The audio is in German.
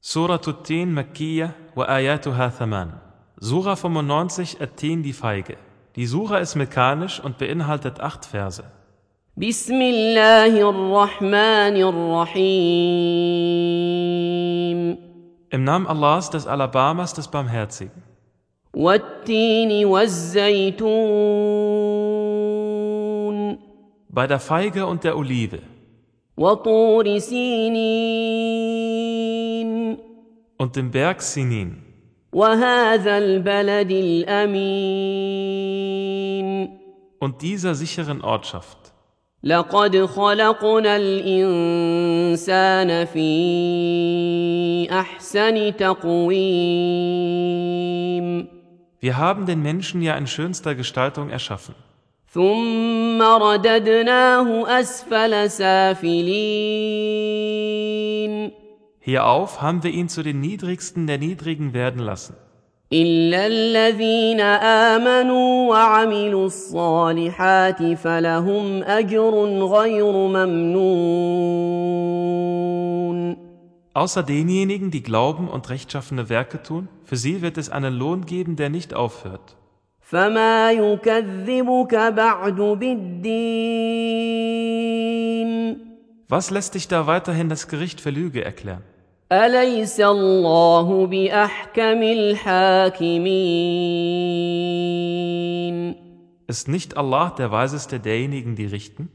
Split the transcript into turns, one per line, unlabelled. Surah Tin Makkiya wa Ayatuha Thaman. Surah 95 Attin die Feige. Die Surah ist mekanisch und beinhaltet acht Verse.
بسم الله الرحمن الرحيم
Im Namen Allahs des Alabamas des Barmherzigen.
والتين والزيتون
Bei der Feige und der Olive.
وطور سينين
Und dem Berg Sinin.
وهذا البلد الامين
Und dieser sicheren Ortschaft.
لقد خلقنا الانسان في احسن تقويم
Wir haben den Menschen ja in schönster Gestaltung erschaffen.
ثم رددناه اسفل سافلين
Hierauf haben wir ihn zu den Niedrigsten der Niedrigen werden lassen.
الا الذين امنوا وعملوا الصالحات فلهم اجر غير ممنون
Außer denjenigen, die glauben und rechtschaffene Werke tun, für sie wird es einen Lohn geben, der nicht aufhört.
فما يكذبك بعد بالدين
Was lässt dich da weiterhin das Gericht für Lüge erklären?
اليس الله باحكم الحاكمين
Ist nicht Allah der Weiseste derjenigen, die richten?